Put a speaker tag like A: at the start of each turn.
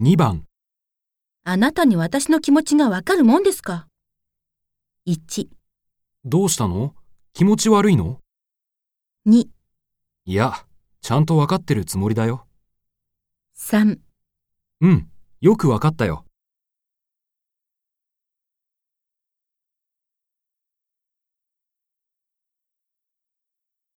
A: 2番、
B: あなたに私の気持ちがわかるもんですか ?1、
A: どうしたの気持ち悪いの
B: 2、
A: いや、ちゃんとわかってるつもりだよ。
B: 3
A: うん、よくわかったよ。